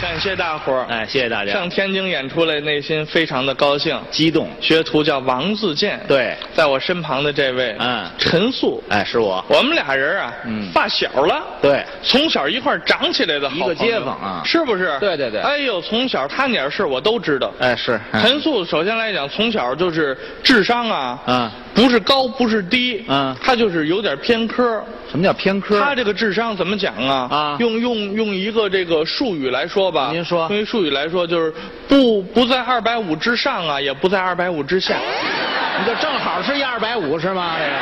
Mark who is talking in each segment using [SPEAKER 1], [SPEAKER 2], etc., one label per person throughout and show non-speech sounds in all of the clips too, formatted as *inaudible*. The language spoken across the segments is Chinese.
[SPEAKER 1] 感谢大伙儿。
[SPEAKER 2] 哎，谢谢大家
[SPEAKER 1] 上，天津演出来，内心非常的高兴。
[SPEAKER 2] 激动，
[SPEAKER 1] 学徒叫王自健，
[SPEAKER 2] 对，
[SPEAKER 1] 在我身旁的这位，
[SPEAKER 2] 嗯
[SPEAKER 1] 陈素，
[SPEAKER 2] 哎，是我，
[SPEAKER 1] 我们俩人啊，
[SPEAKER 2] 嗯
[SPEAKER 1] 发小了，
[SPEAKER 2] 对，
[SPEAKER 1] 从小一块儿长起来的好朋友
[SPEAKER 2] 一个街坊啊
[SPEAKER 1] 是不是？
[SPEAKER 2] 对对对
[SPEAKER 1] 哎呦，从小他哪儿事我都知道。
[SPEAKER 2] 哎是，哎
[SPEAKER 1] 陈素首先来讲，从小就是智商啊，
[SPEAKER 2] 嗯
[SPEAKER 1] 不是高不是低，
[SPEAKER 2] 嗯
[SPEAKER 1] 他就是有点偏科。
[SPEAKER 2] 什么叫偏科？
[SPEAKER 1] 他这个智商怎么讲啊？
[SPEAKER 2] 啊
[SPEAKER 1] 用用用一个这个术语来说吧。
[SPEAKER 2] 您说
[SPEAKER 1] 用一术语来说就是不不在二百五之上啊，也不在二百五之下。
[SPEAKER 2] 你这正好是一二百五是吗？这个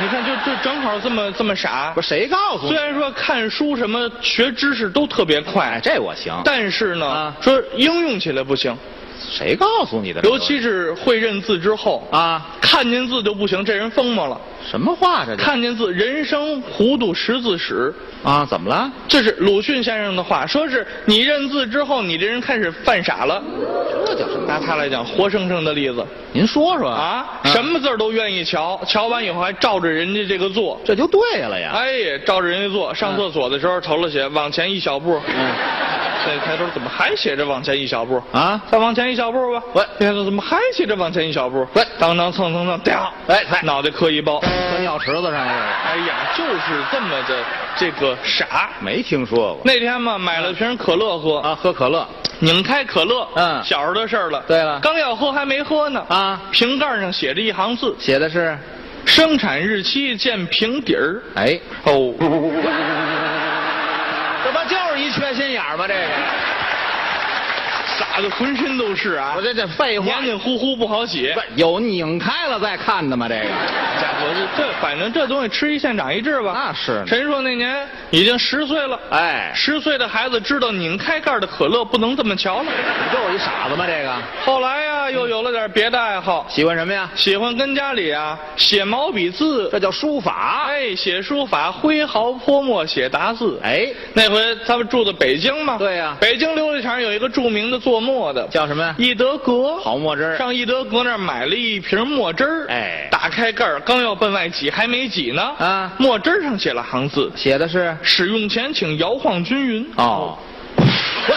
[SPEAKER 1] 你看，就就正好这么这么傻
[SPEAKER 2] 不。是谁告诉
[SPEAKER 1] 虽
[SPEAKER 2] 你？
[SPEAKER 1] 然说看书什么学知识都特别快
[SPEAKER 2] 哎，，这我行，
[SPEAKER 1] 但是呢，
[SPEAKER 2] 啊
[SPEAKER 1] 说应用起来不行，
[SPEAKER 2] 谁告诉你的？
[SPEAKER 1] 尤其是会认字之后，
[SPEAKER 2] 啊，
[SPEAKER 1] 看见字就不行，这人疯魔了。
[SPEAKER 2] 什么话这叫
[SPEAKER 1] 看见字，人生糊涂识字史。
[SPEAKER 2] 啊？怎么了？
[SPEAKER 1] 这是鲁迅先生的话，说是你认字之后，你这人开始犯傻了。
[SPEAKER 2] 这叫什么？
[SPEAKER 1] 拿他来讲，活生生的例子
[SPEAKER 2] 您说嗯说
[SPEAKER 1] 啊，什？么字儿都愿意瞧，瞧完以后还照着人家这个做，
[SPEAKER 2] 这就对了呀。
[SPEAKER 1] 哎，照着人家做。上厕所的时候头了血，往前一小步，
[SPEAKER 2] 嗯
[SPEAKER 1] 再抬头怎么还写着往前一小步？
[SPEAKER 2] 啊，
[SPEAKER 1] 再往前一小步吧。
[SPEAKER 2] 喂
[SPEAKER 1] 别说怎么还写着往前一小步？
[SPEAKER 2] 喂
[SPEAKER 1] 当当蹭蹭蹭，掉，
[SPEAKER 2] 哎哎
[SPEAKER 1] 脑袋磕一包。
[SPEAKER 2] 钻尿池子上了，
[SPEAKER 1] 哎呀，就是这么的这个傻。
[SPEAKER 2] 没听说过
[SPEAKER 1] 那天嘛，买了瓶可乐喝，
[SPEAKER 2] 啊？喝可乐
[SPEAKER 1] 拧开可乐，
[SPEAKER 2] 嗯
[SPEAKER 1] 小时候的事儿了。
[SPEAKER 2] 对了
[SPEAKER 1] 刚要喝还没喝呢，
[SPEAKER 2] 啊？
[SPEAKER 1] 瓶盖上写着一行字：
[SPEAKER 2] 写的是，
[SPEAKER 1] 生产日期见瓶底儿。
[SPEAKER 2] 哎，
[SPEAKER 1] 哦，
[SPEAKER 2] 这不就是一缺心眼儿吗？这个，
[SPEAKER 1] 傻的浑身都是啊
[SPEAKER 2] 我，这这废话
[SPEAKER 1] 黏，黏糊糊不好洗。
[SPEAKER 2] 不是 *laughs* 有拧开了再看的吗？这个，
[SPEAKER 1] 家伙，这这反正这东西吃一堑长一智吧。
[SPEAKER 2] 那是
[SPEAKER 1] 陈硕那年已经十岁了，
[SPEAKER 2] 哎，
[SPEAKER 1] 十岁的孩子知道拧开盖的可乐不能这么瞧了。
[SPEAKER 2] 不就是一傻子吗？这个
[SPEAKER 1] 后来呀、又有了点别的爱好，
[SPEAKER 2] 喜欢什么呀？
[SPEAKER 1] 喜欢跟家里啊写毛笔字
[SPEAKER 2] 这，叫书法。
[SPEAKER 1] 哎，写书法，挥毫泼墨写达字。
[SPEAKER 2] 哎，
[SPEAKER 1] 那回他们住在北京嘛，
[SPEAKER 2] 对呀
[SPEAKER 1] 北京琉璃厂有一个著名的做墨的，
[SPEAKER 2] 叫什么呀？
[SPEAKER 1] 易德阁。
[SPEAKER 2] 好墨汁儿。
[SPEAKER 1] 上易德阁那儿买了一瓶墨汁儿，
[SPEAKER 2] 哎
[SPEAKER 1] 打开盖儿刚要奔外挤，还没挤呢，
[SPEAKER 2] 啊
[SPEAKER 1] 墨汁儿上写了行字：
[SPEAKER 2] 写的是
[SPEAKER 1] 使用前请摇晃均匀。
[SPEAKER 2] 哦，喂，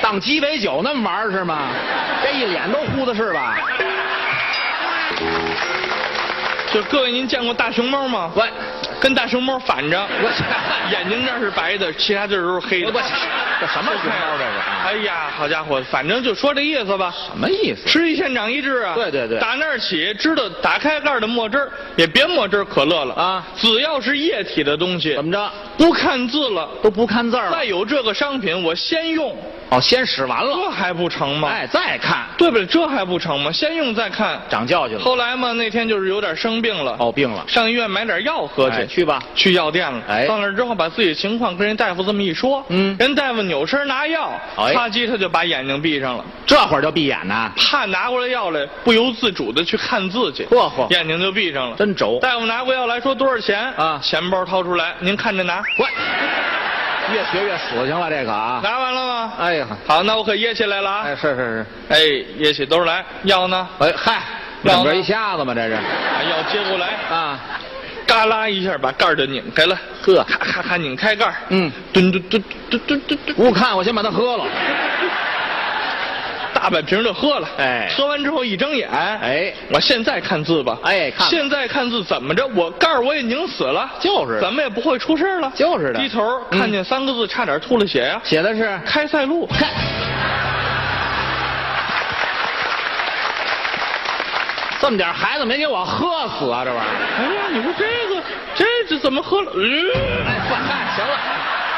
[SPEAKER 2] 当鸡尾酒那么玩儿是吗？这一脸都呼的是吧？
[SPEAKER 1] 就各位您见过大熊猫吗？
[SPEAKER 2] 喂，
[SPEAKER 1] 跟大熊猫反着，
[SPEAKER 2] 我
[SPEAKER 1] 眼睛这儿是白的，其他地儿都是黑的。
[SPEAKER 2] 我这什么熊猫这是啊？
[SPEAKER 1] 哎呀，好家伙，反正就说这意思吧。
[SPEAKER 2] *laughs* 什么意思？
[SPEAKER 1] 吃一堑长一智啊！
[SPEAKER 2] 对对对
[SPEAKER 1] 打那儿起，知道打开盖儿的墨汁儿，也别墨汁儿可乐了
[SPEAKER 2] 啊
[SPEAKER 1] 只要是液体的东西，
[SPEAKER 2] 怎么着
[SPEAKER 1] 不看字了，
[SPEAKER 2] 都不看字儿
[SPEAKER 1] 再
[SPEAKER 2] 了？
[SPEAKER 1] 有这个商品，我先用，
[SPEAKER 2] 哦，先使完了，
[SPEAKER 1] 这还不成吗？
[SPEAKER 2] 哎，再看
[SPEAKER 1] 对不对？这还不成吗？先用再看。
[SPEAKER 2] 长教训了。
[SPEAKER 1] 后来嘛，那天就是有点生病了，
[SPEAKER 2] 哦，病了，
[SPEAKER 1] 上医院买点药喝去，
[SPEAKER 2] 哎去吧。
[SPEAKER 1] 去药店了。
[SPEAKER 2] 哎
[SPEAKER 1] 到那儿之后把自己的情况跟人大夫这么一说，
[SPEAKER 2] 嗯
[SPEAKER 1] 人大夫扭身拿药，
[SPEAKER 2] 哎
[SPEAKER 1] 啪叽他就把眼睛闭上了，
[SPEAKER 2] 这会儿就闭眼呐，
[SPEAKER 1] 怕拿过来药来不由自主的去看自己，
[SPEAKER 2] 嚯嚯
[SPEAKER 1] 眼睛就闭上了。
[SPEAKER 2] 真轴。
[SPEAKER 1] 大夫拿过药来说多少钱
[SPEAKER 2] 啊
[SPEAKER 1] 钱包掏出来，您看着拿，
[SPEAKER 2] 喂，越学越死性了，这个啊。
[SPEAKER 1] 拿完了吗？
[SPEAKER 2] 哎呀，
[SPEAKER 1] 好，那我可掖起来了啊。
[SPEAKER 2] 哎，是是是，
[SPEAKER 1] 哎，掖起兜来，药呢？
[SPEAKER 2] 哎嗨，
[SPEAKER 1] 要
[SPEAKER 2] 两
[SPEAKER 1] 呢
[SPEAKER 2] 边一下子嘛，这是
[SPEAKER 1] 把药接过来，
[SPEAKER 2] 啊，
[SPEAKER 1] 嘎啦一下把盖儿就拧开了，
[SPEAKER 2] 呵
[SPEAKER 1] 咔咔咔拧开盖儿，
[SPEAKER 2] 嗯
[SPEAKER 1] 蹲蹲蹲蹲蹲蹲蹲，
[SPEAKER 2] 不看我先把它喝了。
[SPEAKER 1] 大半瓶就喝了。
[SPEAKER 2] 哎
[SPEAKER 1] 喝完之后一睁眼，
[SPEAKER 2] 哎
[SPEAKER 1] 我现在看字吧。
[SPEAKER 2] 哎，看
[SPEAKER 1] 现在看字怎么着？我盖儿我也拧死了，
[SPEAKER 2] 就是
[SPEAKER 1] 怎么也不会出事儿了。
[SPEAKER 2] 就是的
[SPEAKER 1] 低头
[SPEAKER 2] 嗯
[SPEAKER 1] 看见三个字，差点吐了血呀！
[SPEAKER 2] 写的是
[SPEAKER 1] 开塞 *laughs* 露，
[SPEAKER 2] 这么点孩子没给我喝死啊，这玩意儿。
[SPEAKER 1] 哎呀，你说这个这这怎么喝了？呃
[SPEAKER 2] 哎，嗨，行了，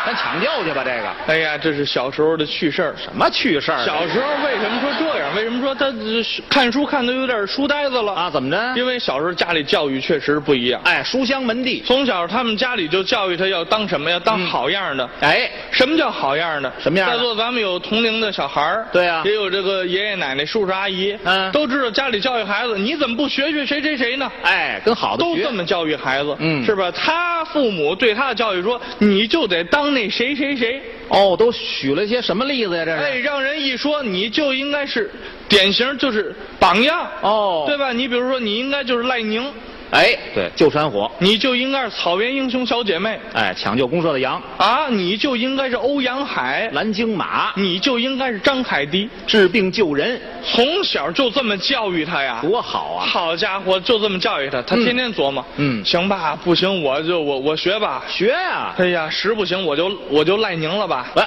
[SPEAKER 2] 咱抢救去吧，这个
[SPEAKER 1] 哎呀，这是小时候的趣事儿。
[SPEAKER 2] 什么趣事儿啊？
[SPEAKER 1] 小时候为什么说这样？为什么说他呃看书看的有点书呆子了
[SPEAKER 2] 啊，？怎么着？
[SPEAKER 1] 因为小时候家里教育确实不一样，
[SPEAKER 2] 哎，书香门第。
[SPEAKER 1] 从小他们家里就教育他要当什么呀？当好样的。
[SPEAKER 2] 哎，
[SPEAKER 1] 什么叫好样的？
[SPEAKER 2] 什么样的
[SPEAKER 1] 在座咱们有同龄的小孩儿，
[SPEAKER 2] 对啊
[SPEAKER 1] 也有这个爷爷奶奶、叔叔阿姨，
[SPEAKER 2] 嗯
[SPEAKER 1] 都知道家里教育孩子，你怎么不学学谁谁谁呢？
[SPEAKER 2] 哎，跟好的
[SPEAKER 1] 都
[SPEAKER 2] 学
[SPEAKER 1] 这么教育孩子，
[SPEAKER 2] 嗯
[SPEAKER 1] 是吧？他父母对他的教育说，你就得当那谁谁谁，
[SPEAKER 2] 哦，都举了些什么例子呀？这是、
[SPEAKER 1] 哎，让人一说你就应该是典型，就是榜样，
[SPEAKER 2] 哦，
[SPEAKER 1] 对吧？你比如说，你应该就是赖宁，
[SPEAKER 2] 哎，
[SPEAKER 1] 对
[SPEAKER 2] 救山火，
[SPEAKER 1] 你就应该是草原英雄小姐妹
[SPEAKER 2] 哎，抢救公社的羊，
[SPEAKER 1] 啊，你就应该是欧阳海，
[SPEAKER 2] 蓝鲸马，
[SPEAKER 1] 你就应该是张凯迪，
[SPEAKER 2] 治病救人，
[SPEAKER 1] 从小就这么教育他呀。
[SPEAKER 2] 多好啊！
[SPEAKER 1] 好家伙，就这么教育他，他
[SPEAKER 2] 嗯
[SPEAKER 1] 天天琢磨，
[SPEAKER 2] 嗯
[SPEAKER 1] 行吧，不行我就我我学吧，
[SPEAKER 2] 学呀、
[SPEAKER 1] 哎呀，实不行我就我就赖您了吧，
[SPEAKER 2] 喂，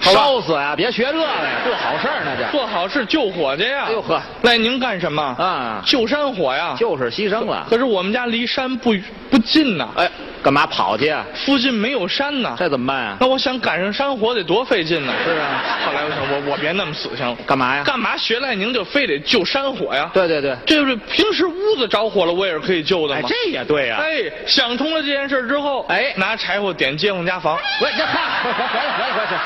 [SPEAKER 1] 好吧
[SPEAKER 2] 烧死呀、别学这个呀，这好事儿呢这。
[SPEAKER 1] 做好事救火去呀，
[SPEAKER 2] 哎呦呵，
[SPEAKER 1] 赖您干什么？
[SPEAKER 2] 啊，
[SPEAKER 1] 救山火呀，
[SPEAKER 2] 就是牺牲了。
[SPEAKER 1] 可是我们家离山不不近呐、
[SPEAKER 2] 哎，干嘛跑去啊？
[SPEAKER 1] 附近没有山呐、
[SPEAKER 2] 这怎么办呀、
[SPEAKER 1] 那我想赶上山火得多费劲呢、
[SPEAKER 2] 是啊，
[SPEAKER 1] 后来我想，我我别那么死性了，
[SPEAKER 2] 干嘛呀？
[SPEAKER 1] 干嘛学赖宁就非得救山火呀？
[SPEAKER 2] 对对对，
[SPEAKER 1] 对不对？平时屋子着火了，我也是可以救的
[SPEAKER 2] 哎，
[SPEAKER 1] 嘛。
[SPEAKER 2] 这也对呀、
[SPEAKER 1] 哎，想通了这件事之后，
[SPEAKER 2] 哎
[SPEAKER 1] 拿柴火点街坊家房，
[SPEAKER 2] 喂，这嗨，回回来回来回来，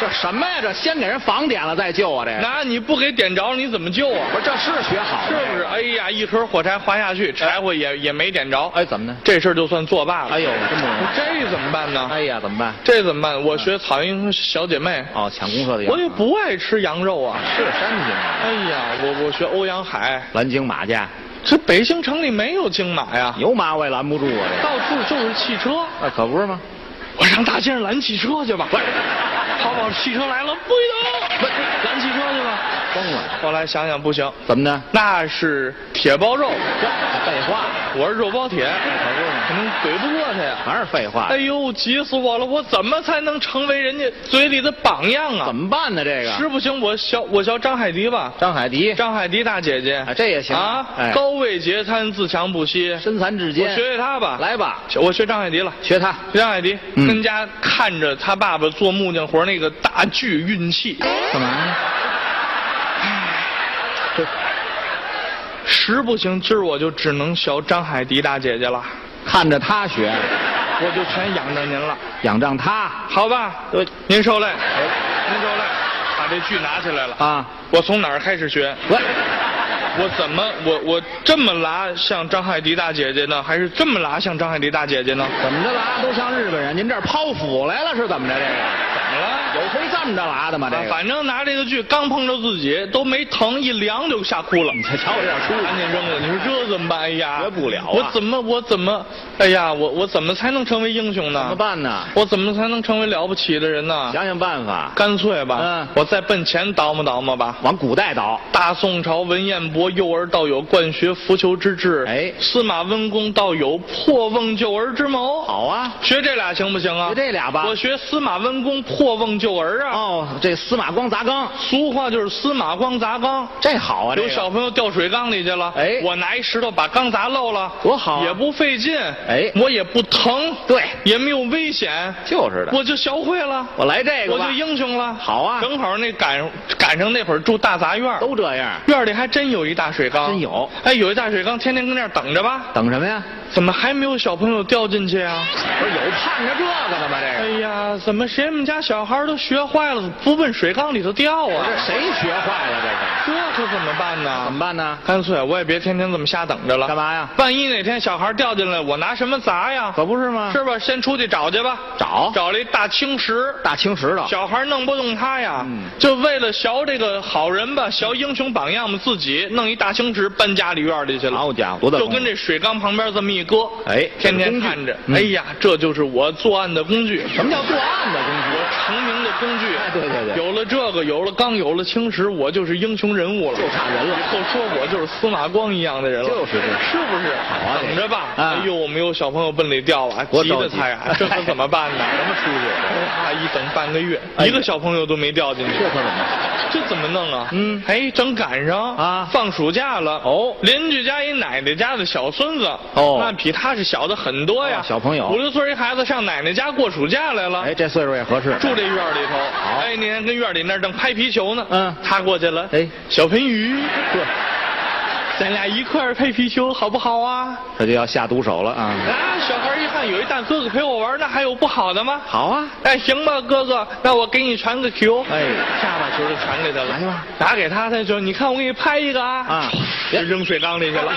[SPEAKER 2] 这什么呀？这先给人房点了再救啊？这
[SPEAKER 1] 那你不给点着了，你怎么救啊
[SPEAKER 2] 不？是这是学好
[SPEAKER 1] 是
[SPEAKER 2] 了
[SPEAKER 1] 不是？？哎呀，一盒火柴划下去，柴火也也没点着，
[SPEAKER 2] 哎，怎么呢？
[SPEAKER 1] 这事儿就算作罢了。
[SPEAKER 2] 哎呦，真不容易。
[SPEAKER 1] 这怎么办呢？
[SPEAKER 2] 哎呀，怎么办？
[SPEAKER 1] 这怎么办？我学草原小姐妹，
[SPEAKER 2] 哦，抢公社的羊
[SPEAKER 1] 我也不爱吃羊肉啊。
[SPEAKER 2] 是山精啊，
[SPEAKER 1] 哎呀，我我学欧阳海，
[SPEAKER 2] 蓝鲸马去，
[SPEAKER 1] 这北京城里没有京马呀，
[SPEAKER 2] 有马我也拦不住啊！这
[SPEAKER 1] 到处就是汽车。
[SPEAKER 2] 那可不是吗？
[SPEAKER 1] 我上大街上拦汽车去吧。淘宝汽车来了，不行，拦汽车去吧。
[SPEAKER 2] 疯了，
[SPEAKER 1] 后来想想不行，
[SPEAKER 2] 怎么呢？
[SPEAKER 1] 那是铁包肉，
[SPEAKER 2] 废话，
[SPEAKER 1] 我是肉包铁，
[SPEAKER 2] 可不是吗？
[SPEAKER 1] 肯定怼不过他呀。
[SPEAKER 2] 还是废话
[SPEAKER 1] 哎。呦，急死我了！我怎么才能成为人家嘴里的榜样啊
[SPEAKER 2] 怎？么办呢？这个
[SPEAKER 1] 实不行，我学我学张海迪吧。
[SPEAKER 2] 张海迪，
[SPEAKER 1] 张海迪大姐姐，
[SPEAKER 2] 啊这也行
[SPEAKER 1] 哎啊！
[SPEAKER 2] 哎
[SPEAKER 1] 高位截瘫，自强不息。
[SPEAKER 2] 身残志
[SPEAKER 1] 我学啊
[SPEAKER 2] 坚，
[SPEAKER 1] 学他吧，
[SPEAKER 2] 来吧，
[SPEAKER 1] 学，我学张海迪了。
[SPEAKER 2] 学他。
[SPEAKER 1] 张海迪
[SPEAKER 2] 嗯
[SPEAKER 1] 跟家看着他爸爸做木匠活那个大巨运气，
[SPEAKER 2] 干嘛呢？这
[SPEAKER 1] 实不行，今儿我就只能学张海迪大姐姐了，
[SPEAKER 2] 看着他学，
[SPEAKER 1] 我就全养着您了，
[SPEAKER 2] 仰仗他。
[SPEAKER 1] 好吧？
[SPEAKER 2] 对，
[SPEAKER 1] 您受累，
[SPEAKER 2] 哎
[SPEAKER 1] 您受累，把这锯拿起来了。
[SPEAKER 2] 啊，
[SPEAKER 1] 我从哪儿开始学？
[SPEAKER 2] 喂，
[SPEAKER 1] 我怎么我我这么拉像张海迪大姐姐呢？还是这么拉像张海迪大姐姐呢？
[SPEAKER 2] 怎么着啦？都像日本人，您这儿剖腹来了是怎么着？这
[SPEAKER 1] 怎
[SPEAKER 2] 个
[SPEAKER 1] 么了？
[SPEAKER 2] 有非这么着拉的吗？这
[SPEAKER 1] 啊，
[SPEAKER 2] 个，
[SPEAKER 1] 反正拿这个锯刚碰着自己都没疼，一凉就吓哭了。
[SPEAKER 2] 你瞧我这点出
[SPEAKER 1] 赶紧扔了，你说这怎么办？哎呀，
[SPEAKER 2] 学不了啊
[SPEAKER 1] 我怎么我怎么，哎呀，我我怎么才能成为英雄呢？
[SPEAKER 2] 怎么？办呢？
[SPEAKER 1] 我怎么才能成为了不起的人呢？
[SPEAKER 2] 想想办法，
[SPEAKER 1] 干脆吧，
[SPEAKER 2] 嗯
[SPEAKER 1] 我再奔前倒磨倒磨吧。
[SPEAKER 2] 往古代倒。
[SPEAKER 1] 大宋朝文彦博幼而道有灌学扶求之志，
[SPEAKER 2] 哎
[SPEAKER 1] 司马温公道有破瓮救儿之谋。
[SPEAKER 2] 好啊，
[SPEAKER 1] 学这俩行不行啊？
[SPEAKER 2] 学这俩吧
[SPEAKER 1] 我学司马温公破瓮救儿啊。
[SPEAKER 2] 哦，这司马光砸缸，
[SPEAKER 1] 俗话就是司马光砸缸，
[SPEAKER 2] 这好啊，这
[SPEAKER 1] 有
[SPEAKER 2] 个
[SPEAKER 1] 小朋友掉水缸里去了，
[SPEAKER 2] 哎
[SPEAKER 1] 我拿一石头把缸砸漏了，
[SPEAKER 2] 多好啊
[SPEAKER 1] 也不费劲，
[SPEAKER 2] 哎
[SPEAKER 1] 我也不疼，
[SPEAKER 2] 对，
[SPEAKER 1] 也没有危险，
[SPEAKER 2] 就是的。
[SPEAKER 1] 我就学会了，
[SPEAKER 2] 我来这个
[SPEAKER 1] 我
[SPEAKER 2] 吧，
[SPEAKER 1] 就英雄了。
[SPEAKER 2] 好啊
[SPEAKER 1] 正好那赶赶上那会儿住大杂院，
[SPEAKER 2] 都这样。
[SPEAKER 1] 院里还真有一大水缸，
[SPEAKER 2] 真有。
[SPEAKER 1] 哎，有一大水缸，天天跟那儿等着吧，
[SPEAKER 2] 等什么呀？
[SPEAKER 1] 怎么还没有小朋友掉进去啊？
[SPEAKER 2] 不是有盼着这个的吗？这
[SPEAKER 1] 哎
[SPEAKER 2] 个
[SPEAKER 1] 呀，怎么谁们家小孩都学坏了，不奔水缸里头掉
[SPEAKER 2] 我这
[SPEAKER 1] 啊？
[SPEAKER 2] 谁学坏了？这个
[SPEAKER 1] 这可怎么办呢？
[SPEAKER 2] 怎么办呢？
[SPEAKER 1] 干脆我也别天天这么瞎等着了。
[SPEAKER 2] 干？嘛呀？
[SPEAKER 1] 万一哪天小孩掉进来，我拿什么砸呀？
[SPEAKER 2] 可不是吗？
[SPEAKER 1] 是吧？先出去找去吧。
[SPEAKER 2] 找
[SPEAKER 1] 找了一大青石，
[SPEAKER 2] 大青石头，
[SPEAKER 1] 小孩弄不动他呀。
[SPEAKER 2] 嗯
[SPEAKER 1] 就为了学这个好人吧，学英雄榜样嘛，自己弄一大青石搬家里院里去了。
[SPEAKER 2] 好家伙，多大
[SPEAKER 1] 就
[SPEAKER 2] 功夫
[SPEAKER 1] 跟这水缸旁边这么一搁，
[SPEAKER 2] 哎
[SPEAKER 1] 天天看着，
[SPEAKER 2] 嗯
[SPEAKER 1] 哎呀，这就是我作案的工具，
[SPEAKER 2] 什么叫作案的工具？
[SPEAKER 1] 我成名的工具。
[SPEAKER 2] 哎，对对对，
[SPEAKER 1] 有了这个，有了缸，有了青石，我就是英雄人物了。
[SPEAKER 2] 就差人
[SPEAKER 1] 以
[SPEAKER 2] 了，
[SPEAKER 1] 后说我就是司马光一样的人了，
[SPEAKER 2] 就是这样
[SPEAKER 1] 是不是？
[SPEAKER 2] 好啊
[SPEAKER 1] 等着吧。
[SPEAKER 2] 这个
[SPEAKER 1] 哎呦，我们有小朋友奔里掉啊，
[SPEAKER 2] 多
[SPEAKER 1] 急
[SPEAKER 2] 着
[SPEAKER 1] 得
[SPEAKER 2] 急
[SPEAKER 1] 他呀，这可怎么
[SPEAKER 2] *laughs*
[SPEAKER 1] 办呢？
[SPEAKER 2] 什么出去？
[SPEAKER 1] 哇，一等半个月，
[SPEAKER 2] 哎呀
[SPEAKER 1] 一个小朋友都没掉进去，
[SPEAKER 2] 这可怎么？
[SPEAKER 1] 这怎么弄啊？
[SPEAKER 2] 嗯
[SPEAKER 1] 哎，正赶上
[SPEAKER 2] 啊
[SPEAKER 1] 放暑假了
[SPEAKER 2] 哦
[SPEAKER 1] 邻居家一奶奶家的小孙子
[SPEAKER 2] 哦
[SPEAKER 1] 那比他是小的很多呀
[SPEAKER 2] 哦，小朋友
[SPEAKER 1] 五六岁一孩子上奶奶家过暑假来了，
[SPEAKER 2] 哎，这岁数也合适。
[SPEAKER 1] 住这院里头，哎，那天跟院里那儿正拍皮球呢，
[SPEAKER 2] 嗯
[SPEAKER 1] 他过去了，
[SPEAKER 2] 哎，
[SPEAKER 1] 小盆鱼，
[SPEAKER 2] 这
[SPEAKER 1] 咱俩一块儿拍皮球好不好啊？
[SPEAKER 2] 这就要下毒手了啊！
[SPEAKER 1] 啊，小孩一看有一大哥哥陪我玩，那还有不好的吗？
[SPEAKER 2] 好啊，
[SPEAKER 1] 哎，行吧，哥哥，那我给你传个球。
[SPEAKER 2] 哎
[SPEAKER 1] 下把球就传给他了，
[SPEAKER 2] 来吧，
[SPEAKER 1] 打给他，他就你看我给你拍一个啊，
[SPEAKER 2] 啊
[SPEAKER 1] 就扔水缸里
[SPEAKER 2] *laughs*
[SPEAKER 1] 去了。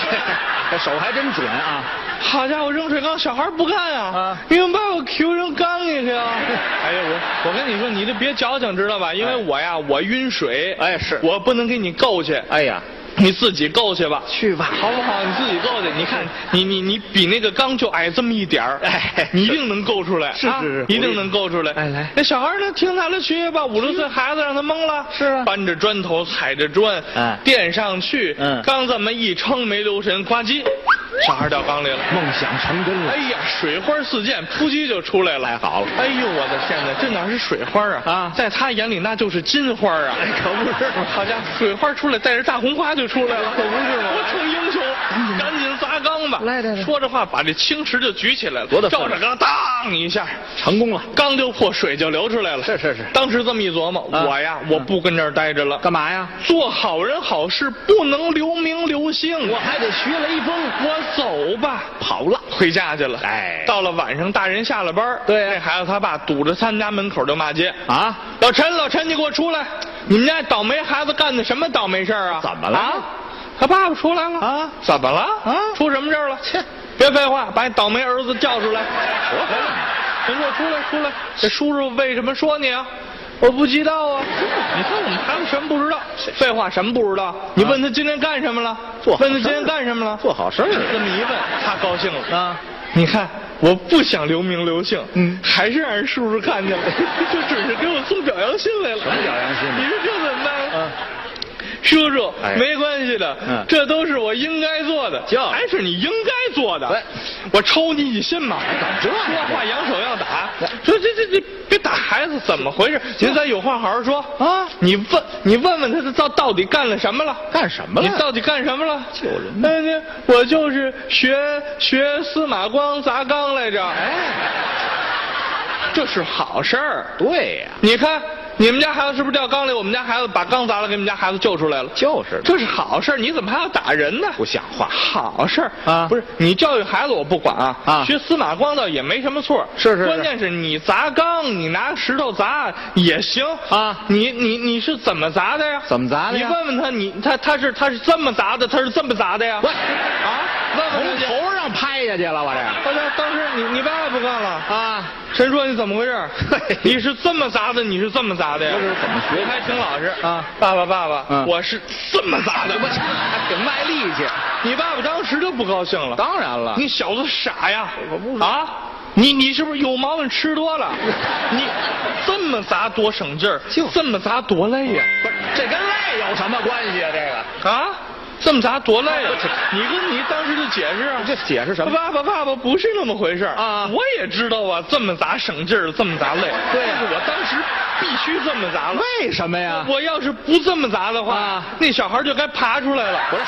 [SPEAKER 2] 这手还真准啊！
[SPEAKER 1] 好家伙，扔水缸，小孩不干啊！
[SPEAKER 2] 啊
[SPEAKER 1] 你怎么把我 Q 扔缸里去啊？ *laughs* 哎呀，我我跟你说，你这别矫情，知道吧？因为
[SPEAKER 2] 哎
[SPEAKER 1] 我呀，我晕水，
[SPEAKER 2] 哎是
[SPEAKER 1] 我不能给你够去。
[SPEAKER 2] 哎呀，
[SPEAKER 1] 你自己够去吧，哎
[SPEAKER 2] 去吧
[SPEAKER 1] 好不好？你自己够去。你看，你你你比那个钢就矮这么一点儿，
[SPEAKER 2] 哎
[SPEAKER 1] 你一定能够出来，
[SPEAKER 2] 是
[SPEAKER 1] 啊
[SPEAKER 2] 是是
[SPEAKER 1] 一定能够出来。
[SPEAKER 2] 哎来
[SPEAKER 1] 那小孩儿呢，听他的去吧，五六岁孩子让他蒙了，
[SPEAKER 2] 是啊
[SPEAKER 1] 搬着砖头，踩着砖，
[SPEAKER 2] 哎
[SPEAKER 1] 垫上去，
[SPEAKER 2] 嗯
[SPEAKER 1] 刚这么一撑，没留神，呱唧，小孩儿掉缸里了。
[SPEAKER 2] 梦想成真
[SPEAKER 1] 哎
[SPEAKER 2] 了。
[SPEAKER 1] 呀，水花四溅，扑叽就出来了，太
[SPEAKER 2] 好了
[SPEAKER 1] 哎呦，我的天哪，这哪是水花啊？
[SPEAKER 2] 啊
[SPEAKER 1] 在他眼里那就是金花啊！
[SPEAKER 2] 哎可不是嘛
[SPEAKER 1] 好家伙，水花出来带着大红花就出来了，
[SPEAKER 2] 可不是嘛
[SPEAKER 1] 我逞英雄，赶紧砸缸吧！
[SPEAKER 2] 来来来
[SPEAKER 1] 说着话把这青池就举起来了，
[SPEAKER 2] 多大份
[SPEAKER 1] 照
[SPEAKER 2] 儿
[SPEAKER 1] 着
[SPEAKER 2] 啊
[SPEAKER 1] 缸当一下。
[SPEAKER 2] 成功了，
[SPEAKER 1] 缸就破，水就流出来了。
[SPEAKER 2] 是是是
[SPEAKER 1] 当时这么一琢磨，
[SPEAKER 2] 啊嗯
[SPEAKER 1] 我呀，我不跟这儿待着了。
[SPEAKER 2] 干嘛呀？
[SPEAKER 1] 做好人好事不能留名留姓
[SPEAKER 2] 我
[SPEAKER 1] 啊！
[SPEAKER 2] 还得学雷锋，
[SPEAKER 1] 我走吧，
[SPEAKER 2] 跑了。
[SPEAKER 1] 回家去了。
[SPEAKER 2] 哎
[SPEAKER 1] 到了晚上，大人下了班儿
[SPEAKER 2] 对呀
[SPEAKER 1] 那孩子他爸堵着他们家门口就骂街
[SPEAKER 2] 啊！
[SPEAKER 1] 老陈，老陈，你给我出来！你们家倒霉孩子干的什么倒霉事儿啊？
[SPEAKER 2] 怎么了
[SPEAKER 1] 啊他爸爸出来了
[SPEAKER 2] 啊
[SPEAKER 1] 怎么了？
[SPEAKER 2] 啊
[SPEAKER 1] 出什么事儿了？切，别废话，把你倒霉儿子叫出来！我，你给我出来，出来！这叔叔为什么说你啊？我不知道
[SPEAKER 2] *laughs*
[SPEAKER 1] 啊！你看我们孩子什么不知道？废话，什么不知道？你问他今天干什么了？
[SPEAKER 2] 啊做好
[SPEAKER 1] 问他
[SPEAKER 2] 事
[SPEAKER 1] 今天
[SPEAKER 2] 儿
[SPEAKER 1] 干什么了？
[SPEAKER 2] 做好事儿
[SPEAKER 1] 这么一问，他高兴了。
[SPEAKER 2] 啊，
[SPEAKER 1] 你看，我不想留名留姓，
[SPEAKER 2] 嗯
[SPEAKER 1] 还是让人叔叔看见了， *laughs* 就准是给我送表扬信来了。
[SPEAKER 2] 什么表扬信呢
[SPEAKER 1] 你说这怎么办？
[SPEAKER 2] 嗯，
[SPEAKER 1] 叔叔，
[SPEAKER 2] 哎
[SPEAKER 1] 没关系的，
[SPEAKER 2] 嗯
[SPEAKER 1] 这都是我应该做的，
[SPEAKER 2] 就是
[SPEAKER 1] 还是你应该做的。
[SPEAKER 2] 对
[SPEAKER 1] 我抽你一心嘛，怎么
[SPEAKER 2] 哎这样哎
[SPEAKER 1] 说话扬手要打
[SPEAKER 2] 对，
[SPEAKER 1] 说这这这别打孩子，怎么回事？您咱有话好好说
[SPEAKER 2] 嗯啊
[SPEAKER 1] 你问你问问他，他到到底干了什么了？
[SPEAKER 2] 干什么了？
[SPEAKER 1] 你到底干什么了？
[SPEAKER 2] 救人
[SPEAKER 1] 哎那我就是学学司马光砸缸来着。
[SPEAKER 2] 哎，
[SPEAKER 1] 这是好事儿。
[SPEAKER 2] 对呀、
[SPEAKER 1] 你看，你们家孩子是不是掉缸里？我们家孩子把缸砸了，给你们家孩子救出来了。
[SPEAKER 2] 就是
[SPEAKER 1] 这是好事儿，你怎么还要打人呢？
[SPEAKER 2] 不像话
[SPEAKER 1] 好事儿
[SPEAKER 2] 啊
[SPEAKER 1] 不是你教育孩子我不管啊，
[SPEAKER 2] 啊
[SPEAKER 1] 学司马光倒也没什么错，
[SPEAKER 2] 是是是
[SPEAKER 1] 关键是你砸缸，你拿石头砸也行
[SPEAKER 2] 啊
[SPEAKER 1] 你你你是怎么砸的呀？
[SPEAKER 2] 怎么砸的
[SPEAKER 1] 你
[SPEAKER 2] 呀
[SPEAKER 1] 问问他，你他他是他是这么砸的，他是这么砸的呀？
[SPEAKER 2] 喂
[SPEAKER 1] 啊，问问他
[SPEAKER 2] 从
[SPEAKER 1] 去。
[SPEAKER 2] 头上拍下去了，我这
[SPEAKER 1] 后来当时你你爸爸不干了
[SPEAKER 2] 啊，
[SPEAKER 1] 陈说你怎么回事
[SPEAKER 2] 嘿？
[SPEAKER 1] 你是这么砸的？你是这么砸的呀？
[SPEAKER 2] 不是怎么学的
[SPEAKER 1] 我还挺老实
[SPEAKER 2] 啊
[SPEAKER 1] 爸爸，爸爸，
[SPEAKER 2] 嗯
[SPEAKER 1] 我是这么砸的。
[SPEAKER 2] 我这还挺卖力气。
[SPEAKER 1] 你爸爸当时就不高兴了。
[SPEAKER 2] 当然了，
[SPEAKER 1] 你小子傻呀！
[SPEAKER 2] 我不是
[SPEAKER 1] 啊，你你是不是有毛病？吃多
[SPEAKER 2] *laughs*
[SPEAKER 1] 了，你这么砸多省劲儿，
[SPEAKER 2] 就
[SPEAKER 1] 这么砸多累呀！
[SPEAKER 2] 不是这跟累有什么关系啊？这个
[SPEAKER 1] 啊，这么砸多累呀！你跟你当时就解释啊，
[SPEAKER 2] 这解释什么？
[SPEAKER 1] 爸爸，爸爸不是那么回事儿
[SPEAKER 2] 啊
[SPEAKER 1] 我也知道啊，这么砸省劲儿，这么砸累。但
[SPEAKER 2] 对啊
[SPEAKER 1] 是我当时必须这么砸了。
[SPEAKER 2] 为什么呀？
[SPEAKER 1] 我要是不这么砸的话，
[SPEAKER 2] 啊
[SPEAKER 1] 那小孩就该爬出来了。
[SPEAKER 2] 不是。